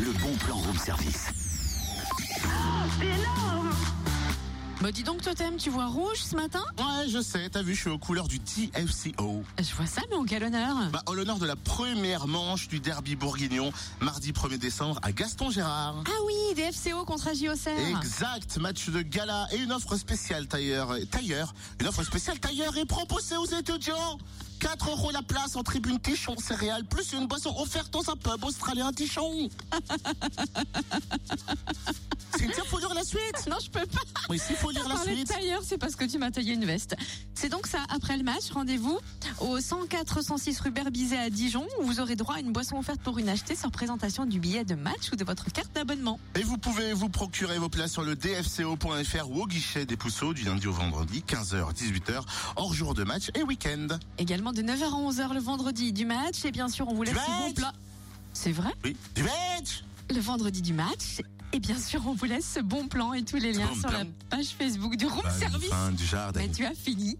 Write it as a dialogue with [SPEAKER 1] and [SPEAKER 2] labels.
[SPEAKER 1] le bon plan room service.
[SPEAKER 2] Bah dis donc Totem, tu vois rouge ce matin
[SPEAKER 1] Ouais, je sais, t'as vu, je suis aux couleurs du TFCO.
[SPEAKER 2] Je vois ça, mais en quel honneur
[SPEAKER 1] Bah, en l'honneur de la première manche du derby bourguignon, mardi 1er décembre à Gaston Gérard.
[SPEAKER 2] Ah oui, DFCO contre AJOCR
[SPEAKER 1] Exact, match de gala et une offre spéciale tailleur. euh, Tailleur Une offre spéciale tailleur est proposée aux étudiants 4 euros la place en tribune Tichon céréales, plus une boisson offerte dans un pub australien Tichon. Cynthia, faut lire la suite
[SPEAKER 2] Non, je peux pas
[SPEAKER 1] Oui, s'il faut lire la
[SPEAKER 2] parler de
[SPEAKER 1] suite.
[SPEAKER 2] tailleur, c'est parce que tu m'as taillé une veste. C'est donc ça, après le match, rendez-vous au 104 106 rue Berbizet à Dijon, où vous aurez droit à une boisson offerte pour une achetée sans présentation du billet de match ou de votre carte d'abonnement.
[SPEAKER 1] Et vous pouvez vous procurer vos places sur le dfco.fr ou au guichet des Pousseaux du lundi au vendredi, 15h, 18h, hors jour de match et week-end.
[SPEAKER 2] Également de 9h à 11h le vendredi du match, et bien sûr, on vous laisse
[SPEAKER 1] Du
[SPEAKER 2] sous bon
[SPEAKER 1] match
[SPEAKER 2] plat. C'est vrai
[SPEAKER 1] Oui, du match
[SPEAKER 2] le vendredi du match. Et bien sûr, on vous laisse ce bon plan et tous les liens
[SPEAKER 1] Bon
[SPEAKER 2] sur la
[SPEAKER 1] plan.
[SPEAKER 2] page Facebook du Room Service.
[SPEAKER 1] Bah, du jardin.
[SPEAKER 2] Mais tu as fini.